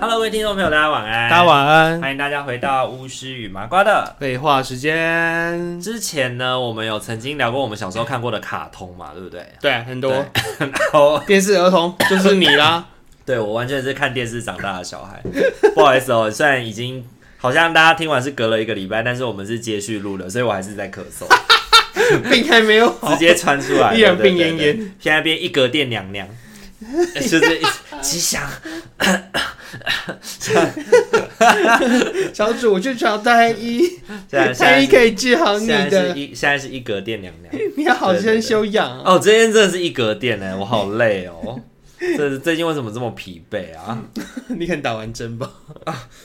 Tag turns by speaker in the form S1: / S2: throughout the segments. S1: Hello，各位听众朋友，大家晚安。
S2: 大家晚安。
S1: 欢迎大家回到巫师与麻瓜的。
S2: 废话时间，
S1: 之前呢，我们有曾经聊过我们小时候看过的卡通嘛，对不 对？
S2: 对，很多
S1: 然后，
S2: 电视儿童就是你 啦。
S1: 对我完全是看电视长大的小 孩，不好意思哦，虽然已经好像大家听完是隔了一个礼拜，但是我们是接续录的，所以我还是在咳 嗽，
S2: 病还没有好
S1: 直，接穿出来，
S2: 依然
S1: 对对
S2: 病恹恹
S1: 对对现在变一格店娘娘，就是一直吉祥，
S2: 小主，我去找太医，
S1: 现在 现
S2: 太
S1: 在
S2: 医
S1: 是
S2: 可以治好你
S1: 现在是
S2: 的，
S1: 一现在是一格店娘娘。
S2: 你要好生休养啊。
S1: 哦，今天真的是一格电欸呢，我好累哦。这最近为什么这么疲惫啊？
S2: 你肯打完针吧？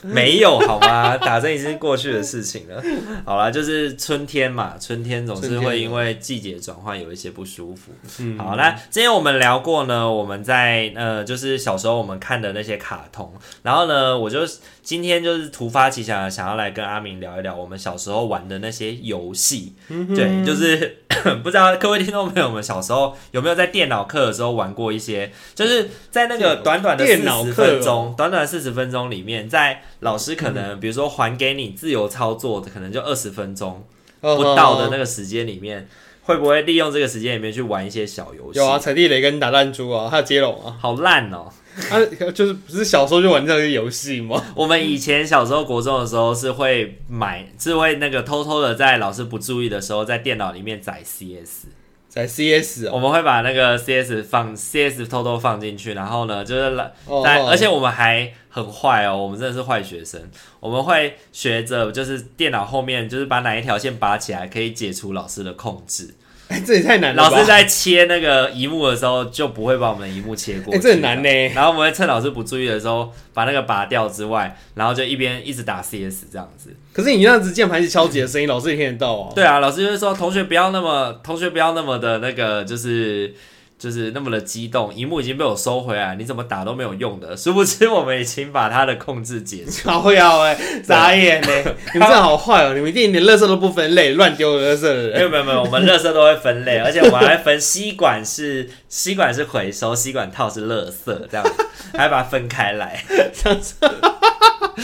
S1: 没有好吗？ 打针已经是过去的事情了。好啦，就是春天嘛，春天总是
S2: 春天
S1: 会因为季节转换有一些不舒服。
S2: 嗯
S1: 好，那之前我们聊过呢，我们在呃，就是小时候我们看的那些卡通，然后呢，我就今天就是突发奇想，想要来跟阿明聊一聊我们小时候玩的那些游戏。
S2: 嗯
S1: 对，就是 不知道各位听众朋友们小时候有没有在电脑课的时候玩过一些，就是在那个短短的
S2: 电
S1: 四
S2: 脑
S1: 十
S2: 课哦嗯
S1: 分钟，短短四十分钟里面，在老师可能比如说还给你自由操作的，可能就二十分钟
S2: 哦
S1: 不到的那个时间里面。会不会利用这个时间里面去玩一些小游戏？
S2: 有啊，踩地雷跟打弹珠啊，还有接龙啊，
S1: 好烂哦、
S2: 啊，就是不是小时候就玩这些游戏吗？
S1: 我们以前小时候国中的时候是会买，是会那个偷偷的在老师不注意的时候，在电脑里面载 CS。
S2: 在 CS 哦，
S1: 我们会把那个 CS 放 CS 偷偷放进去，然后呢，就是来
S2: 哦
S1: 但
S2: 哦
S1: 而且我们还很坏哦，我们真的是坏学生。我们会学着就是电脑后面就是把哪一条线拔起来，可以解除老师的控制。
S2: 哎，这也太 难了吧。
S1: 老师在切那个荧幕的时候，就不会把我们的荧幕切过
S2: 哎
S1: 去。
S2: 这很难呢
S1: 然后我们会趁老师不注意的时候，把那个拔掉之外，然后就一边一直打 CS 这样子。
S2: 可是你那样子键盘一直敲击的声音，老师也听得到啊。
S1: 对啊，老师就会说：“同学不要那么，同学不要那么的那个，就是就是那么的激动，荧幕已经被我收回来，你怎么打都没有用的。”殊不知我们已经把他的控制解除。
S2: 好要哎、 傻眼呢、 你们这样好坏哦、你们一定连垃圾都不分类，乱丢垃圾的
S1: 没
S2: 人。
S1: 有没有没有，我们垃圾都会 分类，而且我们还分吸管是吸管是回收，吸管套是垃圾，这样子还把它分开来。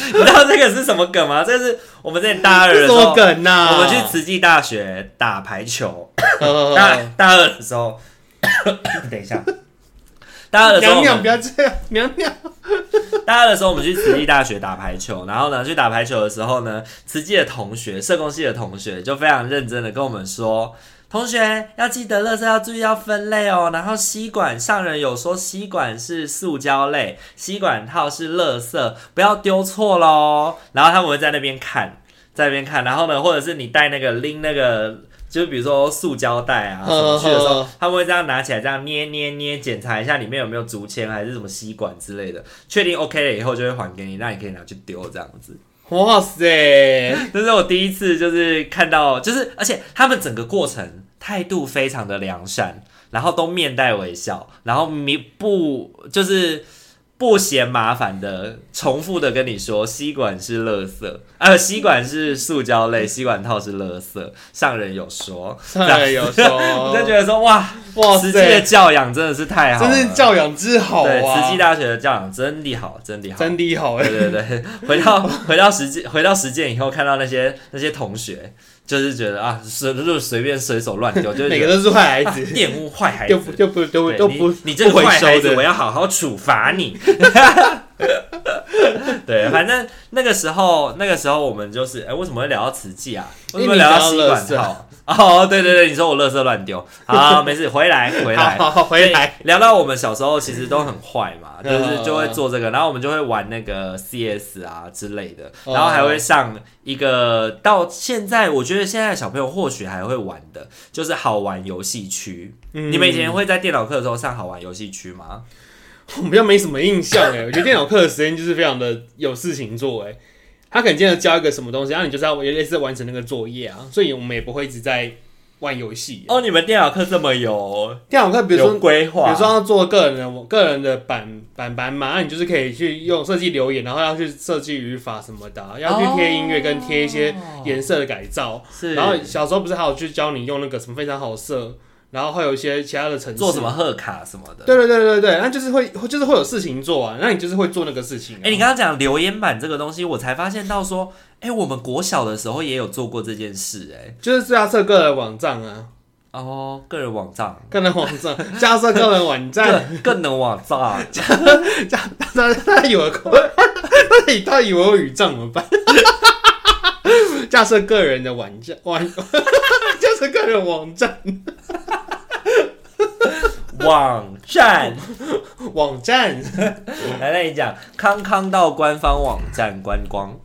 S1: 你知道这个是什么梗吗？这是我们在大二
S2: 这什
S1: 的时候
S2: 么，梗啊呐、
S1: 我们去 慈济大学打排球，
S2: 呃
S1: 大大二的时候， 等一下。大二的时
S2: 娘
S1: 候，我
S2: 娘不
S1: 们
S2: 要这样，娘娘。
S1: 大二的时候，我们去慈济大学打排球，然后呢，去打排球的时候呢，慈济的同学，社工系的同学就非常认真的跟我们说，同学要记得垃圾要注意要分类哦。然后吸管上人有说吸管是塑胶类，吸管套是垃圾，不要丢错喽。然后他们会在那边看，在那边看，然后呢，或者是你带那个拎那个。就是比如说塑胶袋啊什么去
S2: 嗯
S1: 的时
S2: 嗯
S1: 候
S2: 嗯，
S1: 他们会这样拿起来，这样捏捏捏，检查一下里面有没有竹签还是什么吸管之类的，确定 OK 了以后就会还给你，那你可以拿去丢这样子。
S2: 哇塞，
S1: 这是我第一次就是看到，就是而且他们整个过程态度非常的良善，然后都面带微笑，然后你不就是不嫌麻烦的重复的跟你说，吸管是垃圾，呃，吸管是塑胶类，吸管套是垃圾，上人有说，
S2: 上来有说，
S1: 我就觉得说哇，
S2: 哇
S1: 慈济的
S2: 塞，
S1: 教养真的是太好了，啊
S2: 真是教养之好
S1: 对慈
S2: 啊
S1: 济，大学的教养真的好，真的好，
S2: 真的好哎、
S1: 对对对， 回到回到实践，回到实践以后，看到那些那些同学，就是觉得啊，随就是随便随手乱 丢，就是
S2: 每
S1: 觉
S2: 个
S1: 得
S2: 都是坏孩
S1: 啊
S2: 子，
S1: 玷污坏孩
S2: 又
S1: 子。
S2: 不又不又不
S1: 对
S2: 又
S1: 你
S2: 不
S1: 你这个
S2: 不回
S1: 坏孩
S2: 收
S1: 子，
S2: 的
S1: 我要好好处罚你。 对，反正那个时候，那个时候我们就是，哎、为什么会聊到瓷器啊？为什么会聊到吸管套？哦，对对对，你说我垃圾乱丢，好，没事，回来回来。
S2: 好好回来，
S1: 聊到我们小时候其实都很坏嘛，就
S2: 嗯
S1: 是就会做这个，然后我们就会玩那个 CS 啊之类的，
S2: 哦
S1: 然后还会上一个到现在，我觉得现在的小朋友或许还会玩的，就是好玩游戏区。
S2: 嗯
S1: 你们以前会在电脑课的时候上好玩游戏区吗？
S2: 我比较没什么印象哎，我觉得电脑课的时间就是非常的有事情做哎。他可能今天教一个什么东西，然后你就是要类似完成那个作业啊，所以我们也不会一直在玩游戏。啊
S1: 哦，你们电脑课这么有
S2: 电脑课比如说
S1: 有啊规划，
S2: 比如说要做个人的个人的版版版嘛，那你就是可以去用设计留言，然后要去设计语法什么的啊，要去贴音乐跟贴一些颜色的改造。
S1: 哦是，
S2: 然后小时候不是还有去教你用那个什么非常好色，然后会有一些其他的程式
S1: 做什么贺卡什么的。
S2: 对对对对对，那就是会就是会有事情做啊，那你就是会做那个事情、啊。
S1: 哎、你刚刚讲留言板这个东西，我才发现到说，哎、我们国小的时候也有做过这件事、哎，
S2: 就是架设个人网站啊，
S1: 哦，个人网站，
S2: 个人网站 架设个人网站，
S1: 更更能网站，
S2: 他他以为他以他以为我语障怎么办？ 架设个人的网站网， 架设个人网站
S1: 网站。
S2: 网站，
S1: 来，那你讲康康到官方网站观光。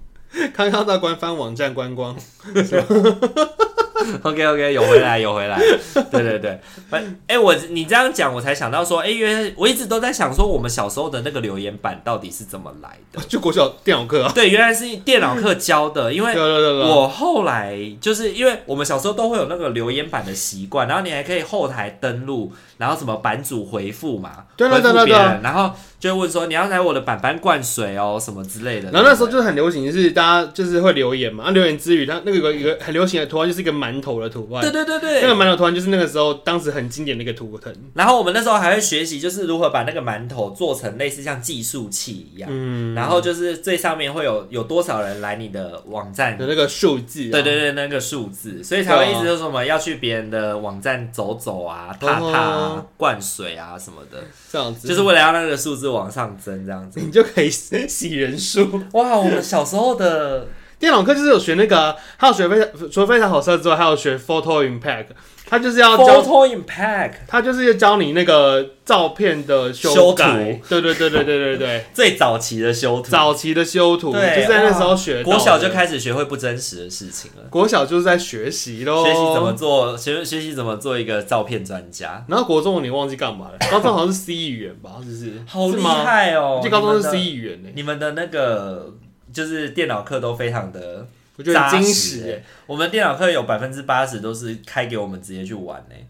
S2: 康康到官方网站观光，
S1: OK OK，有回来有回来，对对对，反哎、我你这样讲，我才想到说，哎、原来我一直都在想说，我们小时候的那个留言板到底是怎么来的？
S2: 就国小电脑课啊，
S1: 对，原来是电脑课教的，因为
S2: 对对对啊对，
S1: 我后来就是因为我们小时候都会有那个留言板的习惯，然后你还可以后台登录，然后什么版主回复嘛，
S2: 对对对
S1: 回复别
S2: 对对
S1: 人，然后就会问说你要来我的板板灌水哦什么之类的。
S2: 然后那时候就是很流行，就是大家就是会留言嘛，啊、留言之余，它那个有个有个很流行的图案就是一个馒头的图案，
S1: 对对对对，
S2: 那个馒头图案就是那个时候当时很经典的一个图腾，
S1: 然后我们那时候还会学习，就是如何把那个馒头做成类似像计数器一样，
S2: 嗯，
S1: 然后就是最上面会有有多少人来你的网站，
S2: 的那个数字、啊，
S1: 对对对，那个数字，所以才会一直说什么要去别人的网站走走啊、踏踏啊
S2: 哦、
S1: 灌水啊什么的，
S2: 这样子
S1: 就是为了要那个数字往上增这样子。
S2: 你就可以洗人数。
S1: 哇，我们小时候的
S2: 电脑课就是有学那个、啊，还有学非常除了非常好色之外，还有学 Photo Impact，它就是要教，
S1: photo impact
S2: 它就是要教你那个照片的
S1: 修
S2: 改，对对对对对对 对，
S1: 最早期的修图，
S2: 早期的修图，就
S1: 对
S2: 是在那时候学到的，
S1: 国小就开始学会不真实的事情了，
S2: 国小就是在学习喽，
S1: 学习怎么。做，学学习怎么做一个照片专家。
S2: 然后国中你忘记干嘛了？高中好像是 C 语言吧，是不是？
S1: 好
S2: 是
S1: 厉
S2: 吗！
S1: 害哦！
S2: 我记得高中是 C
S1: 你
S2: 语言呢
S1: 们的，你们的那个就是电脑课都非常的
S2: 我觉得很
S1: 扎
S2: 惊
S1: 实
S2: 喜。
S1: 欸。我们电脑课有百分之八十都是开给我们直接去玩欸诶。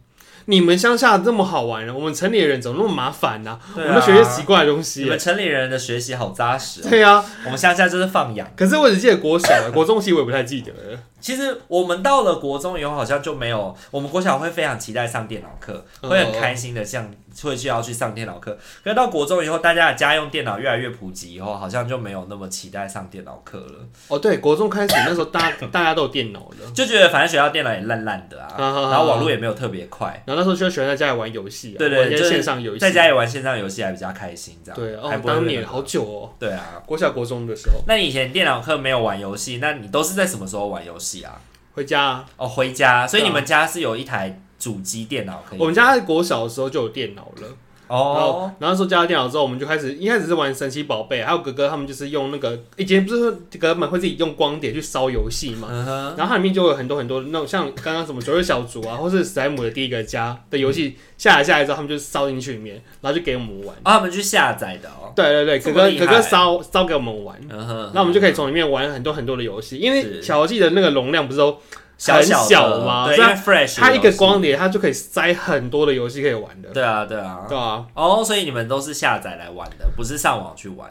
S2: 你们乡下这么好玩，啊我们城里的人怎么那么麻烦呢？我
S1: 对啊
S2: 们都学一些奇怪的东
S1: 你
S2: 西啊
S1: 们。城里人的学习好扎实哦。
S2: 对呀，
S1: 我们乡下就是放养。
S2: 可是我只记得国小了，国中其实我也不太记得了。
S1: 其实我们到了国中以后，好像就没有我们国小会非常期待上电脑课，
S2: 哦
S1: 会很开心的像会去要去上电脑课。可是到国中以后，大家的家用电脑越来越普及以后，好像就没有那么期待上电脑课了。
S2: 哦，对，国中开始那时候大大家都有电脑了，
S1: 就觉得反正学校电脑也烂烂的啊，
S2: 啊啊啊
S1: 然后网络也没有特别快，
S2: 然后那时候就喜欢在家里玩游戏、啊，
S1: 对对
S2: 玩一些
S1: 就是
S2: 线上游戏，
S1: 在家里玩线上游戏还比较开心，这样
S2: 对哦
S1: 还，不会
S2: 当
S1: 那
S2: 年
S1: 个
S2: 好久哦，
S1: 对啊。
S2: 国小国中的时候
S1: 那你以前电脑课没有玩游戏，那你都是在什么时候玩游戏啊？
S2: 回家、啊，
S1: 哦，回家，所以
S2: 对啊
S1: 你们家是有一台主机电脑可以
S2: 我们家在国小的时候就有电脑了，然后
S1: 哦，
S2: 然后那时候加了电脑之后，我们就开始一开始是玩神奇宝贝，还有哥哥他们就是用那个以前不是说哥哥们会自己用光碟去烧游戏嘛。
S1: 嗯哼，
S2: 然后它里面就有很多很多那种像刚刚什么九日小组啊，或是史莱姆的第一个家的游戏下来下来之后，他们就烧进去里面，然后就给我们玩。
S1: 哦，他们去下载的哦，
S2: 对对对，
S1: 这
S2: 哥
S1: 么
S2: 哥
S1: 厉
S2: 哥
S1: 害
S2: 哥烧烧给我们玩，
S1: 嗯哼，
S2: 那我们就可以从里面玩很多很多的游戏，因为
S1: 是
S2: 小游戏的那个容量不是都
S1: 小
S2: 很
S1: 小
S2: 小吗？
S1: 对，
S2: 所
S1: 因
S2: 以
S1: 为 Fresh
S2: 它
S1: 的
S2: 一个
S1: 游戏，
S2: 光碟它就可以塞很多的游戏可以玩的，
S1: 对啊，对啊，
S2: 对啊，
S1: 哦，所以你们都是下载来玩的，不是上网去玩。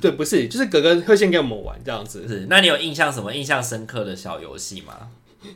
S2: 对，不是，就是哥哥会先给我们玩这样子，
S1: 是，那你有印象什么印象深刻的小游戏吗？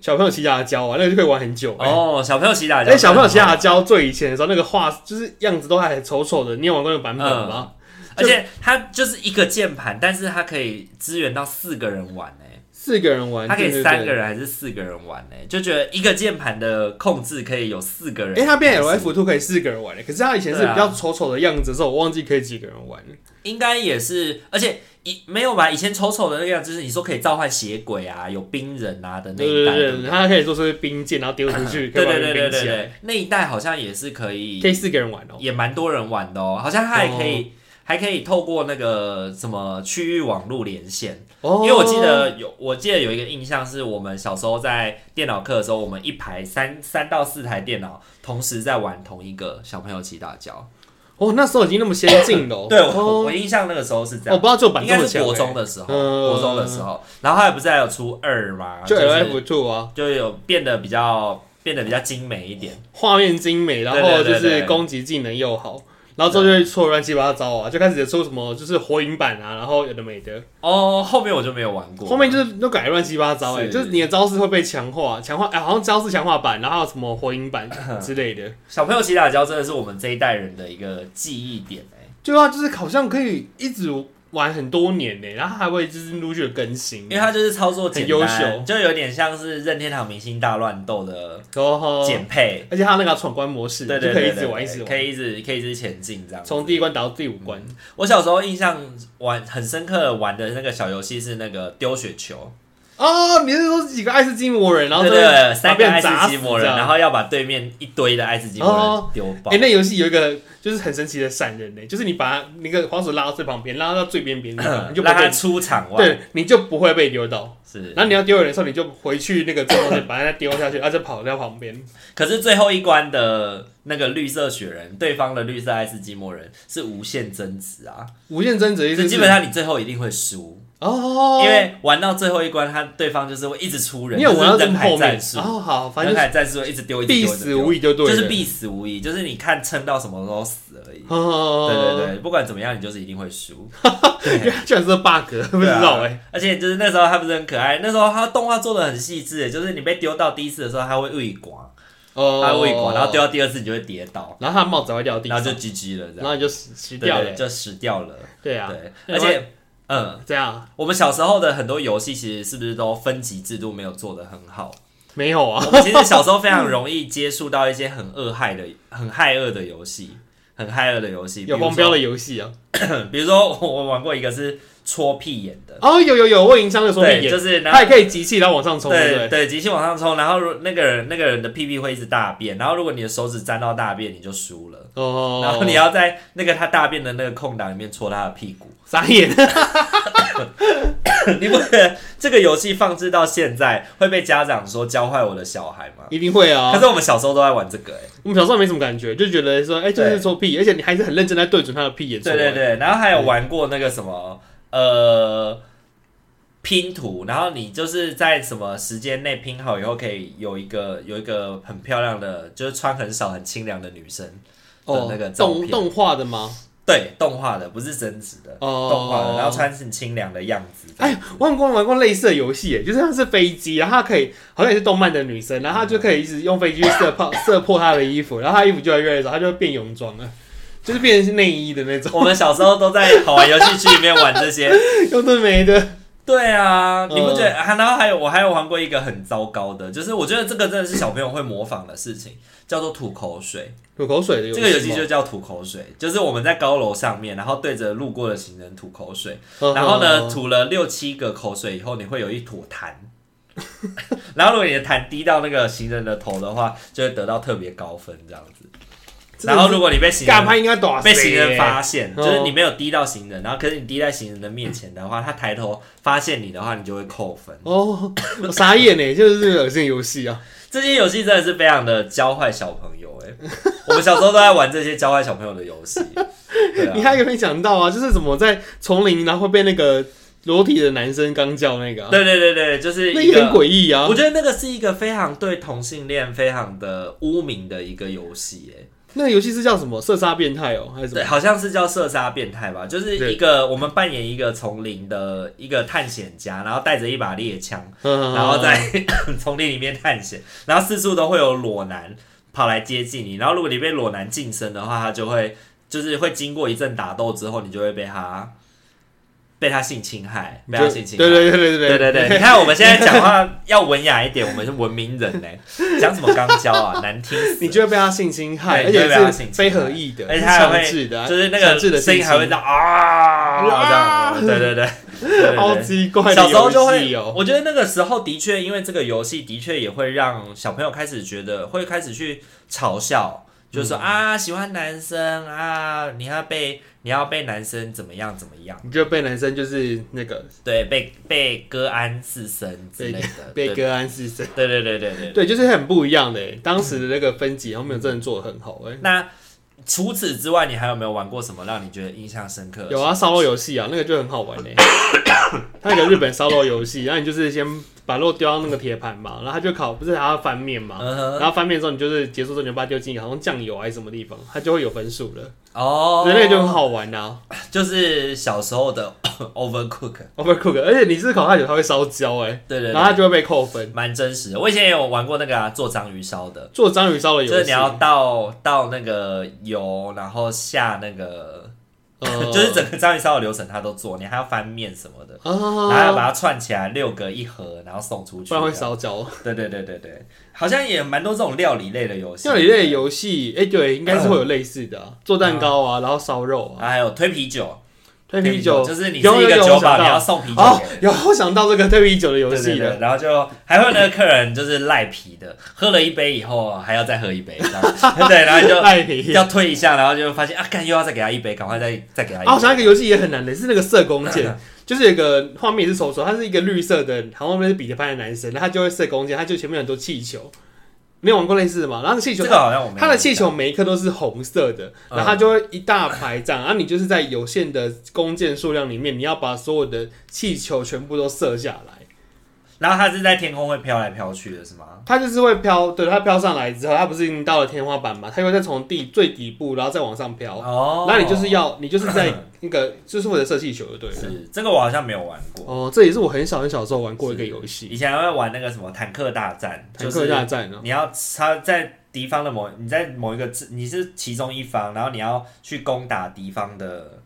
S2: 小朋友骑牙胶啊，那个就可以玩很久、欸。
S1: 哦，小朋友骑打啊
S2: 而且哎小朋友骑
S1: 打，
S2: 牙胶最以前的时候，那个画就是样子都还丑丑的，你有玩过那个版本
S1: 嗯
S2: 吗？
S1: 而且它就是一个键盘，但是它可以支援到四个人玩呢、
S2: 四个人玩，
S1: 它可以
S2: 嗯对
S1: 三个。
S2: 对对
S1: 人还是四个人玩呢、欸就觉得一个键盘的控制可以有四个人。
S2: 哎、它变 L F two 可以四个人玩的，可是它以前是
S1: 对啊
S2: 比较丑丑的样子的时候，我忘记可以几个人玩。
S1: 应该也是，而且以没有吧？以前丑丑的那个样子，就是你说可以召唤邪鬼啊，有冰人啊的那
S2: 对
S1: 一代。
S2: 对
S1: 不
S2: 对，它可以做出冰箭，然后丢出 去，可以把
S1: 对
S2: 人
S1: 对对
S2: 冰
S1: 对
S2: 起来，
S1: 对，那一代好像也是可以
S2: 可以四个人玩哦。
S1: 也蛮多人玩的哦，好像它还可以、还可以透过那个什么区域网络连线，
S2: 哦
S1: 因为我记得有我记得有一个印象是我们小时候在电脑课的时候，我们一排三三到四台电脑同时在玩同一个小朋友起打胶，。
S2: 哦，那时候已经那么先进了、 哦
S1: 对我
S2: 哦
S1: 我印象那个时候是这
S2: 我
S1: 样
S2: 哦不知，道做板
S1: 应
S2: 这
S1: 该
S2: 么
S1: 是
S2: 强、
S1: 国
S2: 欸，
S1: 中的时候，
S2: 嗯
S1: 国中的时候，然后后来不是还有出二吗？
S2: 就是 F two 啊，
S1: 就有变得比较变得比较精美一点。
S2: 画面精美，然后
S1: 对对
S2: 就
S1: 对
S2: 是
S1: 对
S2: 攻击技能又好，然后之后就会错乱七八糟啊，就开始出什么就是火影版啊，然后有的没的，
S1: 哦，后面我就没有玩过，
S2: 后面就是都改乱七八糟哎、
S1: 是
S2: 就是你的招式会被强化，强化哎、好像招式强化版，然后还有什么火影 版之类的，
S1: 小朋友骑打胶真的是我们这一代人的一个记忆点哎、
S2: 对啊，就是好像可以一直玩很多年呢、欸然后还会就是陆续的更新，
S1: 因为它就是操作简单，
S2: 很优秀
S1: 就有点像是任天堂明星大乱斗的
S2: 然后
S1: 减配，
S2: 哦而且它那个闯关模式
S1: 对对
S2: 就可以
S1: 对
S2: 一直
S1: 对
S2: 玩一
S1: 对
S2: 直玩，
S1: 可以一嗯直可以一直前进这样子。
S2: 从第一关打到第五关。
S1: 我小时候印象玩很深刻的玩的那个小游戏是那个丢雪球，
S2: 哦，你是说几个爱斯基摩人，然后
S1: 对
S2: 就
S1: 对对，
S2: 把
S1: 三
S2: 别人
S1: 个爱
S2: 砸死
S1: 斯基摩
S2: 这
S1: 人，
S2: 样
S1: 然后要把对面一堆的爱斯基摩
S2: 哦
S1: 人丢爆。
S2: 哎、那游戏有一个就是很神奇的闪人呢、就是你把那个黄鼠拉到最旁边，拉到最边边， 你就不
S1: 嗯
S2: 会
S1: 让他
S2: 被
S1: 出场外，
S2: 对，你就不会被丢到。
S1: 是。
S2: 然后你要丢人的时候，你就回去那个正中间把它丢下去，然啊后就跑到旁边。
S1: 可是最后一关的那个绿色雪人，对方的绿色爱斯基摩人是无限增值啊，
S2: 无限争执的意
S1: 就
S2: 思是
S1: 基本上你最后一定会输，
S2: 哦，
S1: 因为玩到最后一关，他对方就是会一直出人，
S2: 你有
S1: 就是
S2: 玩到这
S1: 人
S2: 么
S1: 海
S2: 后面
S1: 战术，
S2: 哦，好，反正
S1: 人
S2: 就是
S1: 海战术会一直丢，一直
S2: 必
S1: 丢，一直
S2: 死
S1: 丢
S2: 无疑就对
S1: 就
S2: 了，
S1: 是必死无疑，就是你看撑到什么时候死而已。对
S2: 哦，
S1: 对对，不管怎么样，你就是一定 会输。
S2: 对对，居然是 bug，不知 道哎、
S1: 对啊而且就是那时候他不是很可爱，那时候他动画做的很细致，欸就是你被丢到第一次的时候，他会畏光，
S2: 哦，
S1: 他会畏光，然后丢，到第二次你就会跌倒，
S2: 然后他的帽子还会掉地
S1: 然
S2: 上
S1: 后，就 GG 了
S2: 然
S1: 这样。
S2: 后你就死死
S1: 对
S2: 掉
S1: 对
S2: 了，
S1: 就死掉了。
S2: 对啊，
S1: 对，
S2: 那
S1: 而且，嗯，
S2: 这样啊
S1: 我们小时候的很多游戏，其实是不是都分级制度没有做得很好？
S2: 没有啊，
S1: 我们其实小时候非常容易接触到一些很恶害的、很害恶的游戏，很害恶的游戏，比
S2: 有
S1: 如
S2: 黄标
S1: 说，
S2: 的游戏啊，
S1: 比如说我我玩过一个是戳屁眼的，
S2: 哦，有有有，我影响的说明
S1: 对，
S2: 也，
S1: 就是然
S2: 他
S1: 后。
S2: 也可以集气然后往上冲，对不对？
S1: 对对，极限往上冲，然后如那个人那个人的屁屁会一直大便，然后如果你的手指沾到大便，你就输了，
S2: 哦，
S1: 然后你要在那个他大便的那个空档里面戳他的屁股，
S2: 傻眼，
S1: 你不觉得这个游戏放置到现在会被家长说教坏我的小孩吗？
S2: 一定会啊
S1: 可。是我们小时候都在玩这个、欸，
S2: 我们小时候没什么感觉，就觉得说，哎，就是
S1: 对
S2: 抽屁，而且你还是很认真在对准他的屁眼抽。
S1: 对对对，然后还有玩过那个什么呃拼图，然后你就是在什么时间内拼好以后，可以有一个有一个很漂亮的，就是穿很少很清凉的女生的那个
S2: 哦，
S1: 照
S2: 动
S1: 片，
S2: 动画的吗？
S1: 对，动画的不是真实的，
S2: 哦
S1: 呃动画的，然后穿很清凉的样子，
S2: 哎，我很光玩过类似的游戏耶，就是它是飞机，然后它可以好像也是动漫的女生，然后她就可以一直用飞机去射破 射破她的衣服，然后她衣服就会越来越少，她就会变泳装了，就是变成是内衣的那种，
S1: 我们小时候都在好玩游戏区里面玩 这些，
S2: 有的没的。
S1: 对啊，
S2: 嗯
S1: 你不觉得？啊、然后还有我还有玩过一个很糟糕的，就是我觉得这个真的是小朋友会模仿的事情，叫做吐口水。
S2: 吐口水的游戏
S1: 这
S2: 吗，哦
S1: 个游戏就叫吐口水，就是我们在高楼上面，然后对着路过的行人吐口水，
S2: 嗯
S1: 然后呢
S2: 嗯
S1: 吐了六七个口水以后，你会有一坨痰。 然后如果你的痰滴到那个行人的头的话，就会得到特别高分这样子。
S2: 真的是
S1: 然后如果你被行
S2: 干
S1: 人
S2: 他应该打
S1: 被行人发现，
S2: 哦
S1: 就是你没有滴到行人，然后可是你滴在行人的面前的话，他抬头发现你的话，你就会扣分。
S2: 哦， 我傻眼呢，就是这个恶心游戏啊，
S1: 这些游戏真的是非常的教坏小朋友哎、我们小时候都在玩这些教坏小朋友的游 戏。对
S2: 你
S1: 啊，
S2: 还有没讲到啊？就是怎么在丛林然后被那个裸体的男生刚叫那个啊，
S1: 对对对对，就是
S2: 那
S1: 一
S2: 也很
S1: 个。
S2: 诡异啊
S1: 我。觉得那个是一个非常对同性恋非常的污名的一个游戏，哎，
S2: 那个游戏是叫什么？射杀变态哦，还是什
S1: 对，
S2: 么？
S1: 好像是叫射杀变态吧，就是一个我们扮演一个丛林的一个探险家，然后带着一把猎枪，
S2: 嗯
S1: 然后在 丛林里面探险，然后四处都会有裸男跑来接近你，然后如果你被裸男近身的话，他就会就是会经过一阵打斗之后，你就会被他被他性侵害，被他性侵害。
S2: 对对对对
S1: 对对对，你看我们现在讲话要文雅一点，我们是文明人呢，讲什么肛交啊，难听死
S2: 你就会被他性侵害，而
S1: 对
S2: 且
S1: 你就会被他
S2: 是
S1: 性侵
S2: 非
S1: 害
S2: 合意的，
S1: 而且
S2: 是
S1: 他还
S2: 强
S1: 会
S2: 制的啊，
S1: 就是那
S2: 强制
S1: 个
S2: 的
S1: 声音还会这样啊，这样，对对对，对对对
S2: 好奇怪的
S1: 小
S2: 游戏
S1: 时候就会，
S2: 哦，
S1: 我觉得那个时候的确，因为这个游戏的确也会让小朋友开始觉得，会开始去嘲笑，就是说、
S2: 嗯
S1: 啊，喜欢男生啊，你要被你要被男生怎么样怎么样，
S2: 你就被男生就是那个
S1: 对，被被割安四身之类的，
S2: 被
S1: 对，
S2: 割安是谁？
S1: 对对对对对。
S2: 对，就是很不一样的欸。当时的那个分级，他们有真的做的很好哎。
S1: 那除此之外，你还有没有玩过什么让你觉得印象深刻？
S2: 有啊，，烧肉游戏啊，那个就很好玩 嘞、它有个日本烧肉游戏，然后你就是先把肉丢到那个铁盘嘛，然后它就烤，不是还要翻面嘛？
S1: 嗯哼，
S2: 然后翻面之后，你就是结束之后，你就把它丢进好像酱油还是什么地方，它就会有分数了。
S1: 哦，
S2: 对，那个就很，好玩啊
S1: 就是小时候的 Overcook，
S2: ，Overcook，而且你是烤太久，它会烧焦哎、
S1: 对对
S2: 然后它
S1: 对，
S2: 就会被扣分。
S1: 蛮真实的。我以前也有玩过那个啊，做章鱼烧的，
S2: 做章鱼烧的游
S1: 就是
S2: 戏
S1: 你，要倒倒那个油，然后下那个，
S2: 呃
S1: 就是整个章鱼烧的流程他都做，你还要翻面什么的。然后还
S2: 啊，
S1: 要把它串起来，六个一盒，然后送出去。
S2: 不然会烧焦。
S1: 对对对对对，好像也蛮多这种料理类的游戏。
S2: 料理类的游戏，哎、对，应该是会有类似的啊、做蛋糕啊，然后烧肉啊，
S1: 啊，还有推啤酒，
S2: 推啤酒，
S1: 就是你是
S2: 有
S1: 一
S2: 有
S1: 个
S2: 有
S1: 酒
S2: 我
S1: 保，
S2: 想
S1: 你要
S2: 到，
S1: 送啤酒
S2: 哦
S1: 给人。，
S2: 有我想到这个推啤酒的游
S1: 对对
S2: 戏
S1: 对，
S2: 了，
S1: 然后就还会那个客人就是赖皮的，喝了一杯以后啊还要再喝一杯，这样 对，然后 你就
S2: 赖皮。
S1: 要推一下，然后就发现啊，干又要再给他一杯，赶快再再给他一杯。
S2: 啊，我想到一个游戏也很难的，是那个射弓 箭，就是有一个画面也是手手，它是一个绿色的，好像那是彼得潘的男生，然后他就会射弓箭，他就前面有很多气球，没有玩过类似的嘛？然后那个气球
S1: 这个好像我没有
S2: 它的气球每一颗都是红色的，
S1: 嗯
S2: 然后它就会一大排这样，然后你就是在有限的弓箭数量里面，你要把所有的气球全部都射下来。
S1: 然后它是在天空会飘来飘去的，是吗？
S2: 它就是会飘，对，它飘上来之后，它不是已经到了天花板嘛？它又再从地最底部，然后再往上飘。
S1: 哦
S2: 那你就是要，你就是在那个，就是负责射气球的，对了。
S1: 是这个我好像没有玩过，
S2: 哦，这也是我很小很小的时候玩过一个游戏，
S1: 以前还会玩那个什么坦克大战，
S2: 坦
S1: 就
S2: 克大
S1: 是
S2: 战啊呢、
S1: 你要他在敌方的某你在某一个字你是其中一方，然后你要去攻打敌方的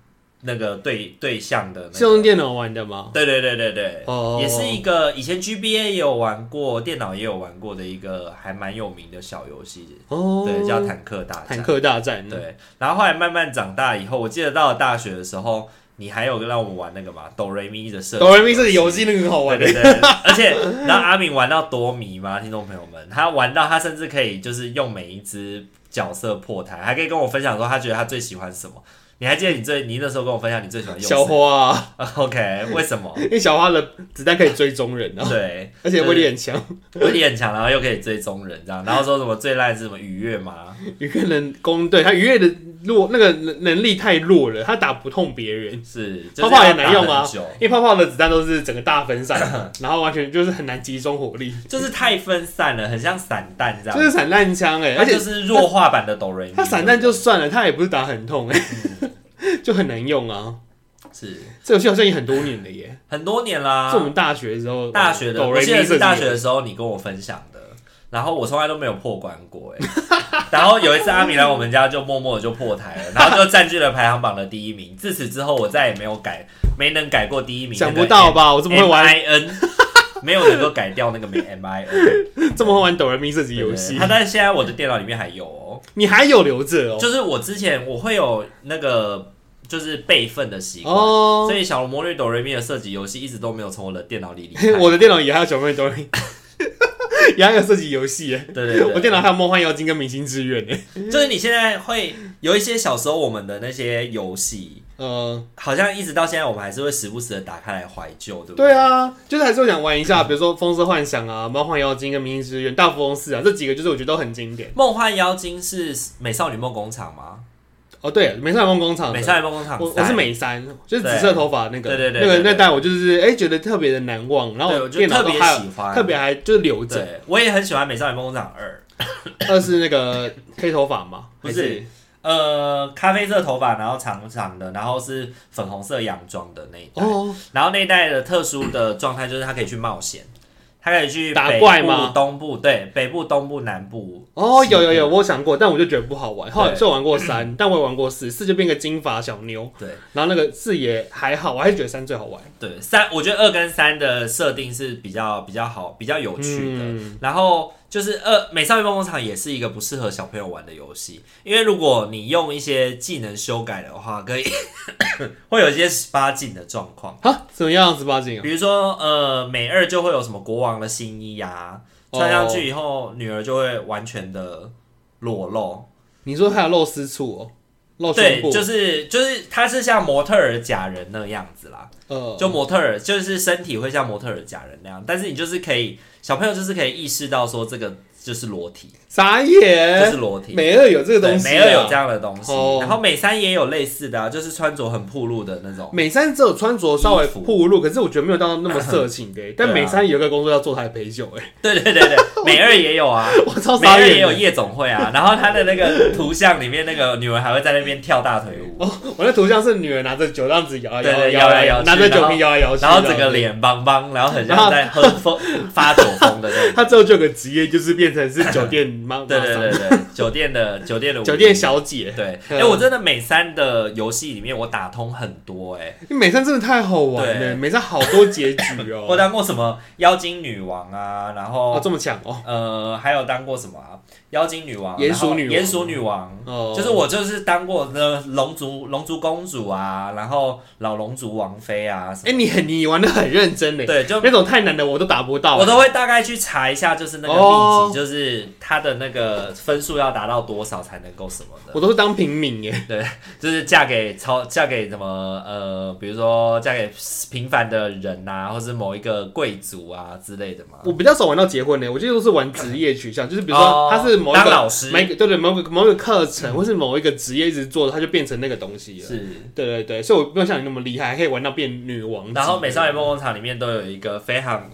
S1: 那个对对象的、那个
S2: 是用电脑玩的吗？
S1: 对对对对对，
S2: 哦
S1: 也是一个以前 GBA 也有玩过，电脑也有玩过的一个还蛮有名的小游戏，
S2: 哦，
S1: 对，叫坦克大
S2: 坦
S1: 战。
S2: 克嗯大战啊呢。
S1: 对，然后后来慢慢长大以后，我记得到了大学的时候，你还有让我们玩那个嘛，哆瑞咪的设计
S2: 哆啦 A 这个游戏那个很好玩
S1: 对
S2: 的，
S1: 对对，而且然后阿敏玩到多迷嘛，听众朋友们，他玩到他甚至可以就是用每一只角色破台，还可以跟我分享说他觉得他最喜欢什么。你还记得你最你那时候跟我分享你最喜欢用
S2: 小
S1: 什么
S2: 花、啊，
S1: ？OK，为什 么？
S2: 因为小花的子弹可以追踪人啊，
S1: 对，
S2: 而且威力很强，
S1: 威力很强，然后又可以追踪人这样，然后说什么最烂是什么愉悦 吗？
S2: 鱼个能攻对他鱼跃的弱，那个能能力太弱了，他打不痛别人。
S1: 是，就是
S2: 泡泡也
S1: 要打
S2: 难用啊
S1: 很
S2: 吗
S1: 久
S2: 因为泡泡的子弹都是整个大分散的， 然后完全就是很难集中火力，
S1: 就是太分散了，很像散弹这样，
S2: 就是散弹枪哎，
S1: 它
S2: 而
S1: 就
S2: 且
S1: 是弱化版的哆瑞咪。
S2: 他散弹就算了，他也不是打很痛哎、
S1: 嗯
S2: 就很难用啊。
S1: 是
S2: 这游戏好像也很多年了耶，
S1: 很多年啦，
S2: 是我们大学的时候，
S1: 啊大学的，
S2: 抖
S1: 我
S2: 音
S1: 记得是大学
S2: 的
S1: 的
S2: 时
S1: 时候你跟我分享的，然后我从来都没有破关过哎、 然后有一次阿米来我们家就默默的就破台了，然后就占据了排行榜的第一名。自此之后我再也没有改，没能改过第一
S2: 候
S1: 名。
S2: 想不到？
S1: 哎
S2: 吧？我这么会
S1: M
S2: 玩，
S1: I N，没 有能够改掉那个 M I N
S2: 这么会玩抖人咪射击游戏
S1: 它，但是现在我的电脑里面还有哦，
S2: 你还有留着哦？
S1: 就是我之前我会有那个就是备份的习惯。
S2: 哦
S1: 所，以《小魔女哆瑞咪》的射击游戏一直都没有从我的电脑里离开。
S2: 我的电脑也还有小妹抖 音，也还有射击游戏耶。
S1: 对对对，
S2: 我电脑还有梦幻妖精跟明星志愿呢。
S1: 就是你现在会有一些小时候我们的那些游戏，
S2: 呃，
S1: 好像一直到现在我们还是会时不时的打开来怀旧，对不
S2: 对啊，就是还是会想玩一下，比如说《风之幻想》啊，《梦幻妖精》跟《明星志愿》、《大富翁四》啊，这几个就是我觉得都很经典。
S1: 梦幻妖精是美少女梦工厂吗？
S2: 哦，对，美少女梦工厂的，
S1: 美少女梦工厂
S2: 我我
S1: 三
S2: 是，美三，就是紫色头发那个，
S1: 对对对
S2: 那
S1: 对
S2: 个
S1: 对对
S2: 那代我就是哎、觉得特别的难忘，然后
S1: 对
S2: 我
S1: 我就
S2: 电脑
S1: 特
S2: 都
S1: 别
S2: 还有
S1: 喜欢，
S2: 特别还就是留着，
S1: 对，我也很喜欢美少女梦工厂二，
S2: 二是那个黑头发 嘛，
S1: 不是呃，咖啡色头发，然后长长的，然后是粉红色洋装的那一代，
S2: 还是哦，
S1: 然后那一代的特殊的状态就是它可以去冒险，它可以去
S2: 打
S1: 北
S2: 怪
S1: 部
S2: 吗
S1: 东部对，北部、东部、南部
S2: 哦，有有
S1: 是
S2: 有，我有想过，但我就觉得不好玩。后来
S1: 对
S2: 就玩过三，但我也玩过四，四就变个金发小妞，
S1: 对。
S2: 然后那个四也还好，我还是觉得三最好玩。
S1: 对，三我觉得二跟三的设定是比较比较好、比较有趣的。
S2: 嗯
S1: 然后就是二《美少女梦工厂》也是一个不适合小朋友玩的游戏，因为如果你用一些技能修改的话，可以 会有一些十八禁的状况。
S2: 好，怎么样？十八禁啊？
S1: 比如说，呃，美二就会有什么国王的新衣啊，穿上去以后，
S2: 哦
S1: 女儿就会完全的裸露。
S2: 你说还有露丝处哦，露胸
S1: 对，
S2: 部，
S1: 就是就是，她是像模特儿假人那样子啦。
S2: 呃，
S1: 就模特儿就是身体会像模特儿假人那样，但是你就是可以，小朋友就是可以意识到说这个就是裸体，
S2: 傻
S1: 就
S2: 眼
S1: 是，裸体。
S2: 美二有哎这个东西、啊，
S1: 对美二有这样的东西，
S2: 哦
S1: 然后美三也有类似的啊，就是穿着很暴露的 那种。
S2: 美三只有穿着稍微
S1: 衣服
S2: 暴露，可是我觉得没有到那么色情 的欸、但
S1: 对啊
S2: 美三有一个工作要做台陪酒、欸，
S1: 对对对对，美二也有啊，
S2: 我超
S1: 美
S2: 傻
S1: 二
S2: 眼的。
S1: 也有夜总会啊，然后他的那个图像里面那个女人还会在那边跳大腿舞，
S2: 哦，我那图像是女人拿着酒这样子摇啊摇啊
S1: 对对
S2: 摇啊摇，
S1: 摇来摇去
S2: 拿着酒瓶摇来摇去，
S1: 然后整
S2: 这
S1: 个
S2: 样子。
S1: 脸邦邦，然后很像在喝风发酒疯的 那种。
S2: 她之后就有个职业，就是变成是酒店妈，
S1: 对
S2: 妈
S1: 对
S2: 桑
S1: 对对，酒店的酒店的舞
S2: 酒店。小姐。
S1: 对，哎、
S2: 嗯
S1: 我真的美三的游戏里面我打通很多哎、
S2: 美三真的太好玩了，
S1: 对
S2: 美三好多结局
S1: 我
S2: 哦，
S1: 当过什么妖精女王啊，然后、
S2: 哦这么强哦
S1: 呃还有当过什么啊，妖精女王、
S2: 鼹鼠
S1: 然后
S2: 女王
S1: 鼹鼠女王，
S2: 哦，
S1: 就是我就是当过那龙族龙族公主啊，然后老龙族王妃啊什么，
S2: 哎你很你玩的很认真嘞，
S1: 对，就
S2: 那种太难的我都打不到，欸
S1: 我都会大概去查一下，就是那个秘籍，
S2: 哦
S1: 就是它的那个分数要达到多少才能够什么的，
S2: 我都是当平民欸耶，
S1: 就是嫁给超嫁给什么呃，比如说嫁给平凡的人呐、或是某一个贵族啊之类的嘛。
S2: 我比较少玩到结婚欸呢，我这都是玩职业取向，就是比如
S1: 哦
S2: 说他是某一
S1: 当
S2: 个
S1: 老师
S2: 每个对对某个某个课程或是某一个职业一直做，他就变成那个东西了。
S1: 嗯是。
S2: 对对对，所以我没有像你那么厉害，还可以玩到变女王级。
S1: 然后《美少女梦工厂》里面都有一个非常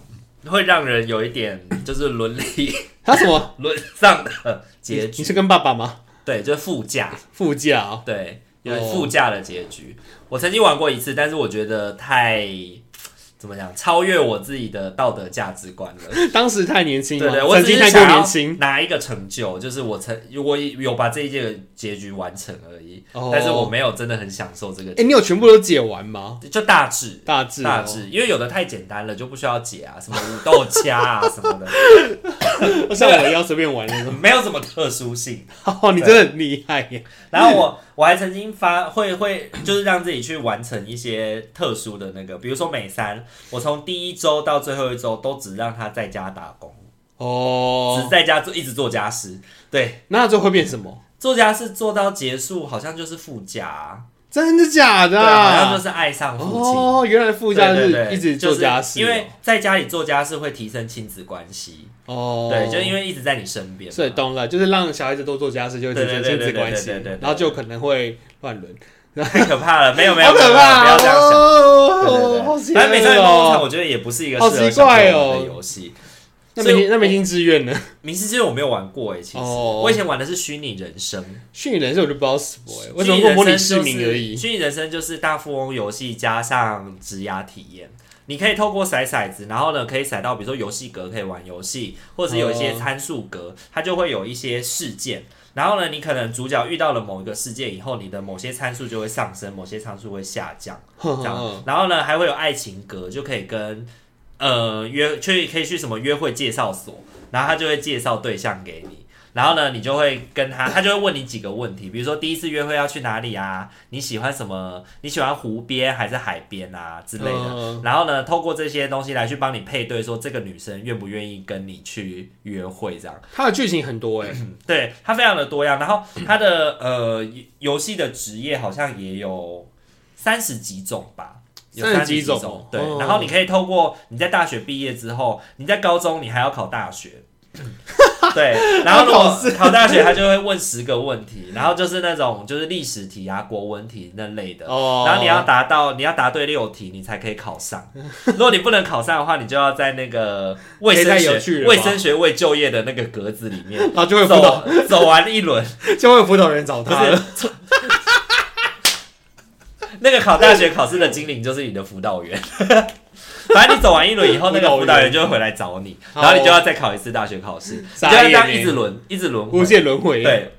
S1: 会让人有一点就是 伦理
S2: 他什么
S1: 沦丧的结
S2: 你
S1: 局，
S2: 是跟爸爸吗？
S1: 对，就是副驾，
S2: 副驾 哦，
S1: 对，有
S2: 哦
S1: 副驾的结局。我曾经玩过一次，但是我觉得太。怎么讲？超越我自己的道德价值观了。
S2: 当时太年轻
S1: 对
S2: 了，
S1: 对，我
S2: 曾
S1: 只
S2: 经
S1: 是
S2: 太过
S1: 想要
S2: 年轻。
S1: 拿一个成就，就是我曾我有把这一届的结局完成而已，
S2: 哦
S1: 但是我没有真的很享受这个
S2: 哎，
S1: 结
S2: 你有全部都解完吗？
S1: 就大致。
S2: 大致
S1: 大
S2: 哦
S1: 致，因为有的太简单了，就不需要解啊，什么武斗家啊什么的，
S2: 像 我一样随便玩那种。
S1: 没有什么特殊性。
S2: 哦，你真的很厉害耶！
S1: 然后
S2: 嗯
S1: 我我还曾经发会会，就是让自己去完成一些特殊的那个，比如说美三，我从第一周到最后一周都只让他在家打工，只
S2: 哦，
S1: 在家做一直做家事，对，
S2: 那最后会变什么？
S1: 作家是做到结束，好像就是副驾、啊，
S2: 真的假的
S1: 对啊，好像就
S2: 啊？
S1: 是爱上父亲。
S2: 哦，原来副驾
S1: 对对
S2: 是
S1: 对
S2: 一直做家事
S1: 就
S2: 哦，
S1: 是因为在家里做家事会提升亲子关系，
S2: 哦，
S1: 对，就因为一直在你身边嘛，
S2: 所以懂了，就是让小孩子多做家事，就会提升
S1: 对对
S2: 亲
S1: 对
S2: 子关系，
S1: 对对对对对
S2: 然后就可能会乱伦，
S1: 太可怕了，没有没有，
S2: 好可怕！
S1: 不要这样想，对
S2: 哦，好
S1: 对对，
S2: 邪
S1: 反正美少女
S2: 恶
S1: 梦工
S2: 哦。
S1: 厂我觉得也不是一个
S2: 好
S1: 适合
S2: 奇怪
S1: 小朋友
S2: 哦
S1: 的游戏。
S2: 那
S1: 所以
S2: 明那明星志愿呢？
S1: 明星之刃我没有玩过哎，其实
S2: 哦
S1: 我以前玩的是虚拟人生，
S2: 虚拟人生我就不知道什么欸，我只
S1: 虚
S2: 能
S1: 拟
S2: 过
S1: 人
S2: 模拟
S1: 生
S2: 市
S1: 就
S2: 民
S1: 是
S2: 而已。
S1: 虚拟人生就是大富翁游戏加上职涯体验，你可以透过骰骰子，然后呢可以骰到比如说游戏格可以玩游戏，或者有一些
S2: 哦
S1: 参数格，它就会有一些事件。然后呢，你可能主角遇到了某一个事件以后，你的某些参数就会上升，某些参数会下降， 这
S2: 嗯
S1: 样。然后呢，还会有爱情格，就可以跟呃约去可以去什么约会介绍所，然后他就会介绍对象给你，然后呢，你就会跟他，他就会问你几个问题，比如说第一次约会要去哪里啊？你喜欢什么？你喜欢湖边还是海边啊之类的？
S2: 嗯
S1: 然后呢，透过这些东西来去帮你配对，说这个女生愿不愿意跟你去约会这样。
S2: 它的剧情很多哎，
S1: 嗯对，它非常的多样。然后它的呃游游戏的职业好像也有三十几种吧。有
S2: 30
S1: 几
S2: 几种
S1: 对
S2: 哦，
S1: 然后你可以透过你在大学毕业之后，你在高中你还要考大学， 对，然后如
S2: 要
S1: 果
S2: 考试
S1: 考大学，他就会问十个问题，然后就是那种就是历史题啊、国文题那类的，
S2: 哦
S1: 然后你要答到，你要答对六题，你才可以考上。如果你不能考上的话，你就要在那个卫
S2: 也
S1: 生
S2: 太有趣
S1: 学、
S2: 了吧
S1: 卫生学未就业的那个格子里面，
S2: 然后就会有辅导，
S1: 走走完一轮，
S2: 就会有辅导人找
S1: 不
S2: 他了。
S1: 是。 那个考大学考试的精灵就是你的辅 导员，反正你走完一轮以后，那个辅导员就会回来找你，
S2: 好
S1: 然后你就要再考一次大学考试，你就
S2: 傻
S1: 要这
S2: 眼
S1: 样
S2: 欸
S1: 一直轮，一直轮回
S2: 无限轮回，，
S1: 对，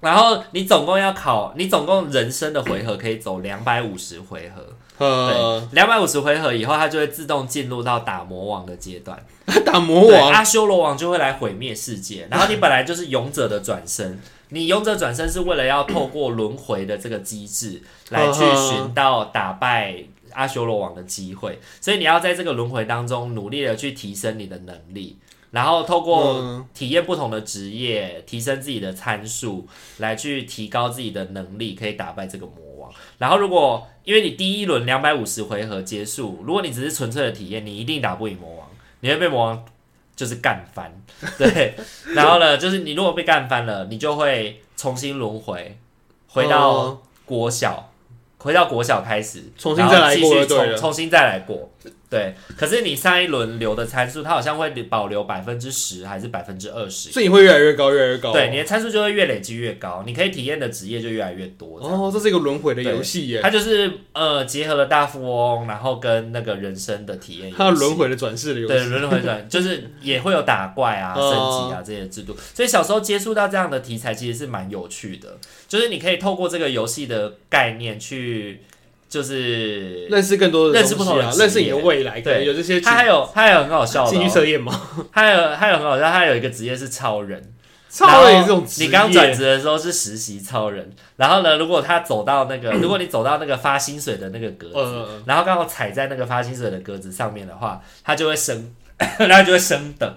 S1: 然后你总共要考，你总共人生的回合可以走两百五十回合，
S2: 呃，
S1: 对，两百五十回合以后，它就会自动进入到打魔王的阶段。
S2: 打魔
S1: 对，
S2: 王，
S1: 阿修罗王就会来毁灭世界。然后你本来就是勇者的转 身，你勇者转身是为了要透过轮回的这个机制来去寻到打败阿修罗王的机会，所以你要在这个轮回当中努力的去提升你的能力。然后透过
S2: 嗯
S1: 体验不同的职业，提升自己的参数，来去提高自己的能力，可以打败这个魔王。然后如果因为你第一轮两百五十回合结束，如果你只是纯粹的体验，你一定打不赢魔王，你会被魔王就是干翻， 对。然后呢，就是你如果被干翻了，你就会重新轮回，回到
S2: 哦
S1: 国小，回到国小开始，
S2: 重新再来
S1: 然
S2: 过
S1: 后继
S2: 就
S1: 续
S2: 对
S1: 重
S2: 了
S1: 重新再来过。对，可是你上一轮留的参数，它好像会保留百分之十还是百分之二十？
S2: 所以你哦会越来越高，越来越高。
S1: 对，你的参数就会越累积越高，你可以体验的职业就越来越多。这样
S2: 哦，这是一个轮回的游戏耶，
S1: 它就是呃结合了大富翁，然后跟那个人生的体验游戏，
S2: 它有轮回的转世的游
S1: 对
S2: 戏。哦
S1: 轮 回转，就是也会有打怪啊、升级啊这些制度。所以小时候接触到这样的题材，其实是蛮有趣的，就是你可以透过这个游戏的概念去，就是
S2: 认识更多的
S1: 认识不同的
S2: 东西
S1: 职
S2: 啊，
S1: 业
S2: 认识你的未来，可能
S1: 对
S2: 有这些
S1: 它还有它还有很好笑的、
S2: 兴趣
S1: 哦，
S2: 测验嘛。
S1: 它还有它有很好笑，它有一个职业是超人。
S2: 超人也是这
S1: 然后
S2: 种职业
S1: 你刚转职的时候是实习超人，然后呢，如果他走到那个，如果你走到那个发薪水的那个格子，
S2: 嗯嗯嗯
S1: 然后刚好踩在那个发薪水的格子上面的话，他就会升，他就会升等。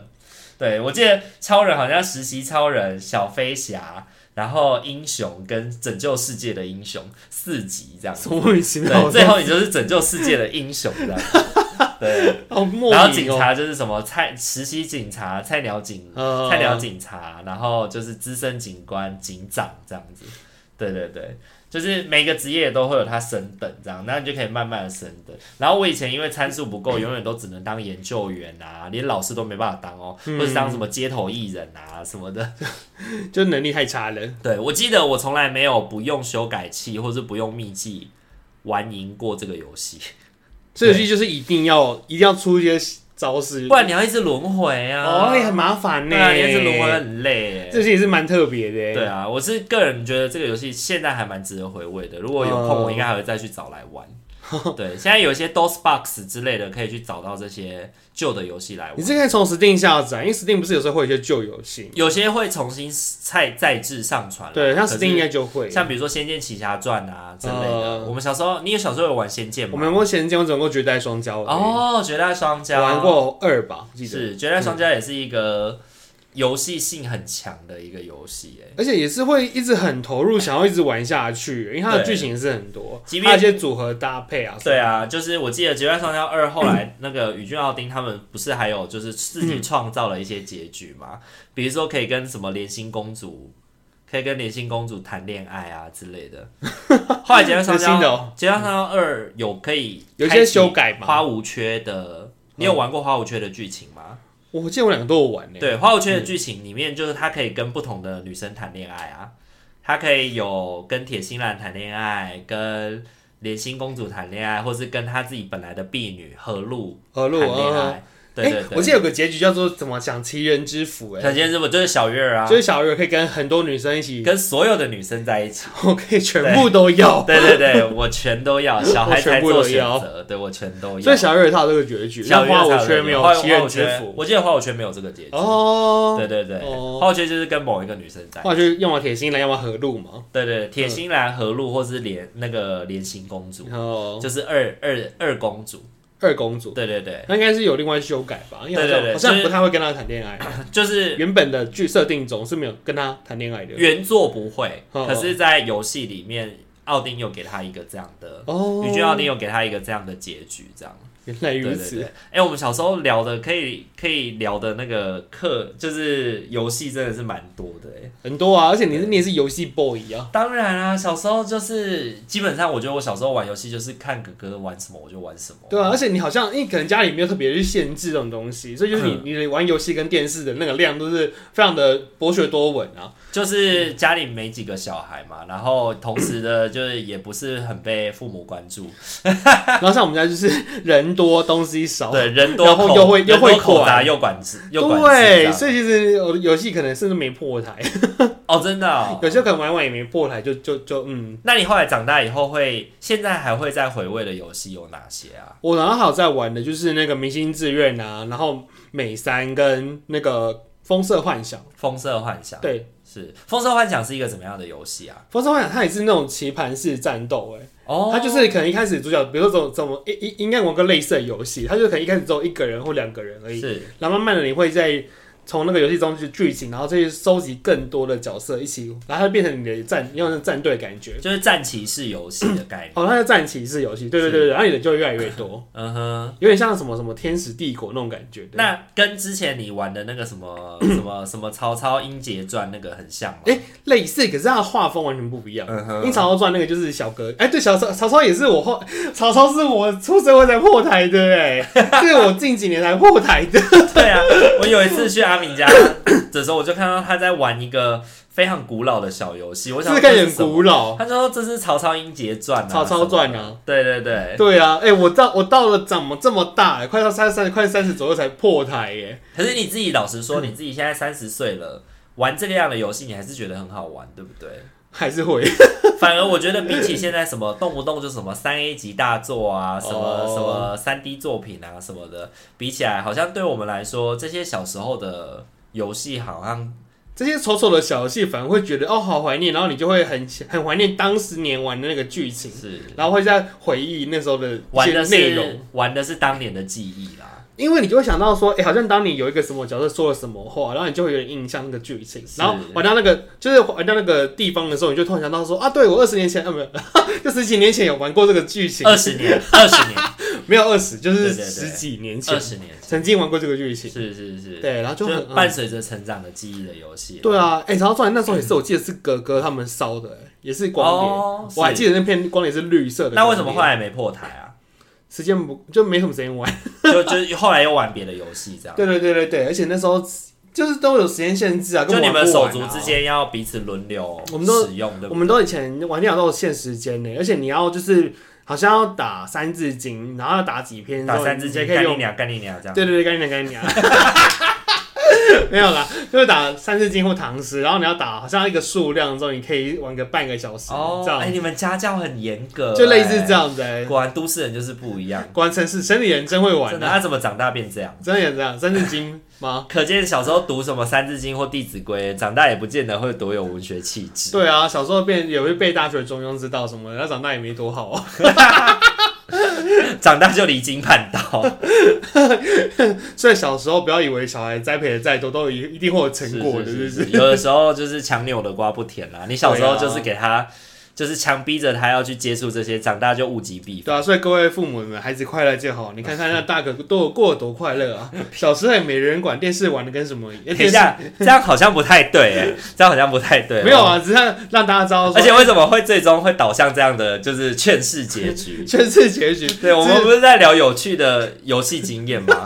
S1: 对我记得超人好像实习超人、小飞侠，然后英雄跟拯救世界的英雄四级这 样子。
S2: 什么莫名其妙
S1: 对，
S2: 的，
S1: 最后你就是拯救世界的英雄这样子。对，
S2: 好莫
S1: 然后警
S2: 名哦。
S1: 察就是什么菜实习警察、菜鸟警
S2: 嗯
S1: 菜鸟警察，然后就是资深警官、警长这样子。对对对，就是每个职业都会有它升等这样，那你就可以慢慢的升等。然后我以前因为参数不够，
S2: 嗯
S1: 永远都只能当研究员啊，连老师都没办法当哦，
S2: 嗯
S1: 或是当什么街头艺人啊什么的。
S2: 就能力太差了。
S1: 对我记得我从来没有不用修改器或是不用秘技玩赢过这个游戏，
S2: 这游戏就是一定要一定要出一些招式
S1: 不，然你要一直轮回啊。
S2: 嗯哦，也很麻烦呢。
S1: 对啊，你要一直轮回很累耶。
S2: 这游戏也是蛮特别的。
S1: 对，啊，我是个人觉得这个游戏现在还蛮值得回味的。如果有空，
S2: 哦
S1: 我应该还会再去找来 玩。对，现在有一些 DOS box 之类的，可以去找到这些旧的游戏来
S2: 你
S1: 玩。
S2: 这可以从 Steam 下载，因为 Steam 不是有时候会有一些旧游戏，
S1: 有些会重新再再制上传啦，
S2: 对，像
S1: 可是
S2: Steam 应该就会。
S1: 像比如说《仙剑奇侠传》啊之类的。
S2: 呃
S1: 我们小时候，你有小时候有玩《仙剑》吗？
S2: 我们目前只有只能够绝代双骄而已，
S1: 哦，《绝代双骄》
S2: 玩过二吧，我记得。嗯
S1: 是《绝代双骄》也是一个游戏性很强的一个游戏，哎，
S2: 而且也是会一直很投入，想要一直玩下去，因为它的
S1: 对
S2: 剧情也是很多，
S1: 即
S2: 它
S1: 便
S2: 有一些组合搭配啊，
S1: 对，啊，就是我记得《绝代双骄二》后来那个宇俊奥丁他们不是还有就是自己创造了一些结局嘛，比如说可以跟什么莲心公主，可以跟莲心公主谈恋爱啊之 类的。后来《绝代双
S2: 很
S1: 骄
S2: 新的》哦
S1: 《绝代双骄二》有可以
S2: 有一
S1: 开
S2: 些
S1: 启
S2: 修改嘛。
S1: 花无缺的，你有玩过花无缺的剧情吗？
S2: 我记得我两个都有玩呢、
S1: 对，花无缺
S2: 嗯
S1: 的剧情里面就是他可以跟不同的女生谈恋爱啊，他可以有跟铁心兰谈恋爱，跟莲心公主谈恋爱，或是跟他自己本来的婢女何露
S2: 和
S1: 谈
S2: 路
S1: 恋
S2: 啊，
S1: 爱。对对
S2: 诶
S1: 对，
S2: 我记得有个结局叫做怎么讲情人之福、
S1: 小
S2: 诶
S1: 仙是不就是小月儿啊
S2: 就？是小月可以跟很多女生一起，
S1: 跟所有的女生在一起。
S2: 我可以全部都要，
S1: 对对对，我全 都要，小孩才做选择，对我全都要。
S2: 所以小月她有这个结局，
S1: 小月
S2: 那花
S1: 才
S2: 无缺没
S1: 花
S2: 有
S1: 花
S2: 情
S1: 无
S2: 人之
S1: 缺
S2: 福，
S1: 我记得花无缺没有这个结局。
S2: 哦，
S1: 对对对，
S2: 哦
S1: 花无缺就是跟某一个女生在一起。
S2: 花无缺要么铁心兰，要么和路嘛，
S1: 对对，铁心兰、和路或是莲那个莲心公主，
S2: 然后
S1: 就是二二二公主。
S2: 二公主，
S1: 对对对，
S2: 那应该是有另外修改吧，因为好
S1: 对对对
S2: 像好像
S1: 就是
S2: 不太会跟她谈恋爱。啊
S1: 就是
S2: 原本的剧设定中是没有跟他谈恋爱的
S1: 原作不会，
S2: 哦哦
S1: 可是，在游戏里面，奥丁有给他一个这样的，
S2: 哦
S1: 宇君奥丁有给他一个这样的结局，这样。
S2: 原来
S1: 对
S2: 如
S1: 对
S2: 此
S1: 对，哎、我们小时候聊的可以可以聊的那个课，就是游戏真的是蛮多的哎、
S2: 很多啊，而且你是你也是游戏 boy 啊，
S1: 当然啊，小时候就是基本上，我觉得我小时候玩游戏就是看哥哥玩什么我就玩什么。
S2: 对啊，而且你好像因为可能家里没有特别去限制这种东西，所以就是你
S1: 嗯
S2: 你的玩游戏跟电视的那个量都是非常的博学多闻 啊，
S1: 就是家里没几个小孩嘛，然后同时的，就是也不是很被父母关注，
S2: 然后像我们家就是人多东西少，
S1: 对，人多
S2: 然后
S1: 口
S2: 又会
S1: 人
S2: 又
S1: 多
S2: 会
S1: 口杂
S2: 管
S1: 又管制，又管制这
S2: 对，
S1: 样
S2: 所以其实有游戏可能甚至没破台，
S1: 哦，真的哦、
S2: 有些可能玩一玩也没破台，就就就嗯。
S1: 那你后来长大以后会，现在还会再回味的游戏有哪些啊？
S2: 我然后还有在玩的就是那个明星志愿啊，然后美三跟那个风色幻想，啊
S1: 风色幻想
S2: 对，
S1: 是风色幻想是一个怎么样的游戏啊？
S2: 风声幻想它也是那种棋盘式战斗，哎，
S1: 哦，
S2: 它就是可能一开始主角，比如说怎么怎么应应应该玩个类似的游戏，它就可能一开始只有一个人或两个人而已，
S1: 是
S2: 然后慢慢的你会在从那个游戏中去剧情，然后再去收集更多的角色一起，然后它变成你的战，你有那种战队的感觉。
S1: 就是战棋式游戏的概念。
S2: 哦，它叫战棋式游戏，对对对对，然后你的就越来越多，
S1: 嗯哼，
S2: 有点像什么什么天使帝国那种感觉。对
S1: 那跟之前你玩的那个什么什么什么曹操英杰传那个很像吗？
S2: 哎、类似，可是它的画风完全不一样。
S1: 嗯
S2: 《樱桃传》那个就是小哥，哎、对，小曹曹操也是我后，曹操是我出社会才破台的、 哎，是我近几年才破台的。
S1: 对啊，我有一次去阿明家 的时候，我就看到他在玩一个非常古老的小游戏，我
S2: 这
S1: 想
S2: 个
S1: 说
S2: 看
S1: 这
S2: 起来
S1: 是
S2: 很
S1: 什么？
S2: 古老。
S1: 他说这是《曹操英杰传》啊，
S2: 曹操传
S1: 什么
S2: 啊
S1: 的。对对对，
S2: 对啊，哎、我到我到了怎么这么大、哎快到三三快三十左右才破台哎耶、
S1: 可是你自己老实 说，你自己现在三十岁了，玩这个样的游戏，你还是觉得很好玩，对不对？
S2: 还是会
S1: 反而我觉得比起现在什么动不动就什么三 A 级大作啊，什么、
S2: 哦
S1: 什么三 D 作品啊什么的，比起来，好像对我们来说，这些小时候的游戏好像
S2: 这些丑丑的小戏，反而会觉得哦好怀念，然后你就会很很怀念当时年玩的那个剧情，
S1: 是
S2: 然后会在回忆那时候的一
S1: 玩
S2: 些
S1: 的
S2: 内容
S1: 是。玩的是当年的记忆啦。
S2: 因为你就会想到说，哎、好像当你有一个什么角色说了什么话，然后你就会有点印象那个剧情，
S1: 是
S2: 然后玩到那个就是玩到那个地方的时候，你就突然想到说，啊，对我二十年前啊，没有，就十几年前有玩过这个剧情，
S1: 二十 年，二十年，
S2: 没有二十，就是
S1: 对对对
S2: 十几年前
S1: 二十年，
S2: 曾经玩过这个剧情，
S1: 是是是，
S2: 对，然后就
S1: 就
S2: 很、嗯
S1: 伴随着成长的记忆的游戏。
S2: 对啊，哎、然后突然那时候也是，我记得是哥哥他们烧的、哎也是光碟，嗯
S1: 哦，
S2: 我还
S1: 是
S2: 记得那片光碟是绿色的光碟。
S1: 那为什么后来没破台啊？
S2: 时间不就没什么时间玩？
S1: 就就后来又玩别的游戏这样。
S2: 对对对对对，而且那时候就是都有时间限制啊，
S1: 就
S2: 根
S1: 你
S2: 本玩
S1: 们
S2: 不
S1: 手
S2: 完啊
S1: 足之。间要彼此轮流
S2: 我们都
S1: 使用，对
S2: 我
S1: 不
S2: 们都以前玩电脑都有限时间呢，而且你要就是好像要打三字经，然后要打几篇
S1: 对？
S2: 之后，
S1: 打三字
S2: 你才可
S1: 经，
S2: 以
S1: 干你
S2: 用。
S1: 娘，干你娘这样。
S2: 对对对，干你娘干 你娘。没有啦，就是打三字经或唐诗，然后你要打好像一个数量之后，你可以玩个半个小时，
S1: 哦
S2: 这，样、
S1: 哎，你们家教很严格，
S2: 就类似
S1: 哎
S2: 这。样子、欸。
S1: 果然都市人就是不一样，
S2: 果然城市城里人真会玩
S1: 真的。
S2: 啊，
S1: 他怎么长大变这样？
S2: 真的也这样。三字经 吗？
S1: 可见小时候读什么《三字经》或《弟子规》，长大也不见得会多有文学气质。
S2: 对啊，小时候变也会背大学中庸之道什么的，然后长大也没多好、啊。
S1: 长大就离经叛 道，
S2: 所以小时候不要以为小孩栽培的再多，都一一定会有成果的，
S1: 是
S2: 是不
S1: 是
S2: 是？啊
S1: 是是有的时候就是强扭的瓜不甜啦。你小时候就是给他，就是强逼着他要去接触这些，长大就物极必
S2: 对啊，所以各位父母们，孩子快乐就好。你
S1: 啊
S2: 看看那大哥都过得多快乐 啊！小时候也没人管，电视玩的跟什么一样。
S1: 等 一下，这样好像不太对哎、这样好像不太对。
S2: 电视
S1: 哦
S2: 没有，啊，只是让大家知道
S1: 而
S2: 说，
S1: 且为什么会最终会导向这样的就是劝世 结局？
S2: 全是结局。
S1: 对，我
S2: 只
S1: 们不是在聊有趣的游戏经 验吗？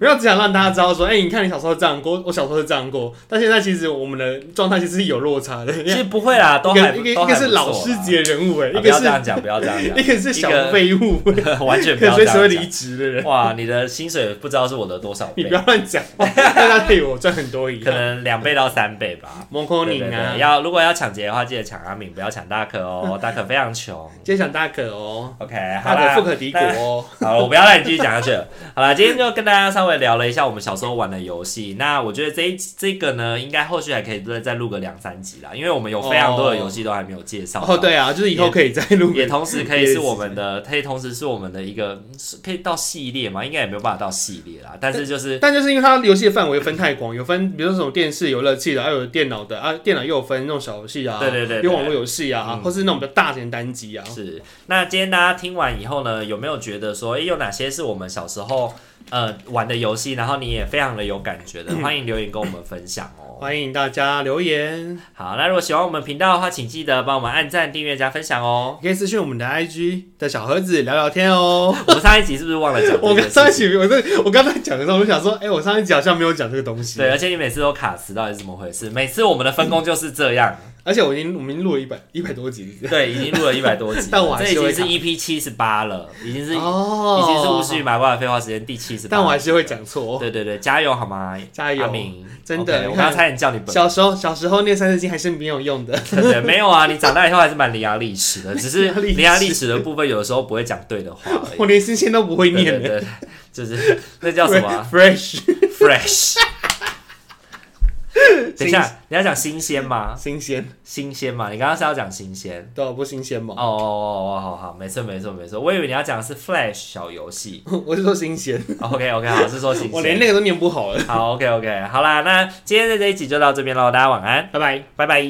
S2: 没有只想让大家知道说，哎、你看你小时候这样过，我小时候是这样过，但现在其实我们的状态其实是有落差的。
S1: 其实不会啊啦，都
S2: 一
S1: 还
S2: 个
S1: 不
S2: 一个
S1: 都
S2: 一
S1: 还
S2: 个
S1: 不
S2: 是老
S1: 错
S2: 师
S1: 啦
S2: 级的人物、哎，
S1: 啊
S2: 一
S1: 不
S2: 个
S1: 要这
S2: 是
S1: 样讲，不要这样
S2: 一个是小废物，
S1: 讲， 完全 不
S2: 可以
S1: 要
S2: 随
S1: 这
S2: 时会
S1: 样讲
S2: 离。职的人。
S1: 哇，你的薪水不知道是我的多少
S2: 你
S1: 倍
S2: 不，要乱讲， 大家对我赚很多一
S1: 可
S2: 样。
S1: 能两倍到三倍吧。
S2: 蒙科
S1: 对
S2: 宁
S1: 对
S2: 啊
S1: 对，，要如果要抢劫的话，记得抢阿敏，不要抢大可 哦，大可非常穷。
S2: 今天想大可哦，
S1: OK，好
S2: 大
S1: 啦，
S2: 可富可敌国
S1: 那
S2: 哦。
S1: 好了，我不要让你继续讲下去了。 好了，今天就跟大家稍微聊了一下我们小时候玩的游戏。那我觉得这一这个呢，应该后续还可以再再录个两三集啦，因为我们有非常多的游戏都还没有介绍。
S2: 哦，。对啊，就是以后可以再录
S1: 也
S2: 个。
S1: 同时可以是我 们的，可以同时是我们的一个，是可以到系列嘛？应该也没有办法到系列啦，但是就是
S2: 但就是因为它游戏的范围分太广，有分比如说什么电视游乐器的，还有电脑的啊，电脑又有分那种小游戏啊，
S1: 对对对对
S2: 有网络游戏啊，
S1: 嗯
S2: 或是那种比较大型的单机啊。
S1: 是，那今天大家听完以后呢，有没有觉得说，诶，有哪些是我们小时候呃玩的游戏，然后你也非常的有感觉的，欢迎留言跟我们分享哦。
S2: 欢迎大家留言，
S1: 好，那如果喜欢我们频道的话，请记得帮我们按赞、订阅、加分享 哦。
S2: 可以私讯我们的 IG 的小盒子聊聊天 哦。
S1: 我们上一集是不是忘了讲
S2: 我
S1: 这
S2: 刚
S1: 个事
S2: 上一
S1: 情？
S2: 集，我在我刚才讲的时候，我就想说，哎、我上一集好像没有讲这个东西。
S1: 对，，而且你每次都卡词，到底是怎么回事？每次我们的分工就是这样。
S2: 而且我已经我们已经录了一百一百多集了。
S1: 对，已经录了一百多集了，
S2: 但我还
S1: 这已
S2: 是
S1: 经
S2: 会
S1: 是 EP 七十八了，已经是、
S2: 哦
S1: 已经是无需麻瓜的废话时间第七十八。
S2: 但我还是会讲错。哦
S1: 对对对，加油好吗？
S2: 加油
S1: 阿明，
S2: 真的
S1: OK，我
S2: 你
S1: 刚
S2: 看
S1: 刚差点叫你本名。
S2: 小时候，小时候念三字经还是没有用的。
S1: 对对，没有啊，你长大以后还是蛮伶牙俐齿的，只是
S2: 伶牙俐齿
S1: 伶牙俐齿的部分有的时候不会讲对的话而已。
S2: 我连新鲜都不会
S1: 对对
S2: 念的。
S1: 对，对就是那叫什么啊
S2: Fresh，
S1: fresh。等一下，你要讲新鲜 吗？
S2: 新鲜，
S1: 新鲜吗？你刚刚是要讲新鲜？
S2: 对啊，不新鲜
S1: 哦
S2: 吗？
S1: 哦哦哦，好好，没错没错没错，我以为你要讲的是 Flash 小游戏。
S2: 我是说新鲜，
S1: OK OK，好，是说 新
S2: 我连
S1: 鲜。
S2: 那个都念不好了。
S1: 好 OK OK，好啦，那今天的这一集就到这边喽，大家晚安，
S2: 拜拜。
S1: 拜拜。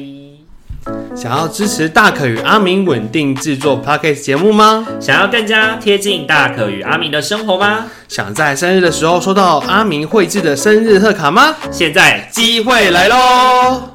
S2: 想要支持大可与阿明稳定制作 podcast 节目吗？
S1: 想要更加贴近大可与阿明的生活吗？
S2: 想在生日的时候收到阿明绘制的生日贺卡吗？
S1: 现在
S2: 机会来喽！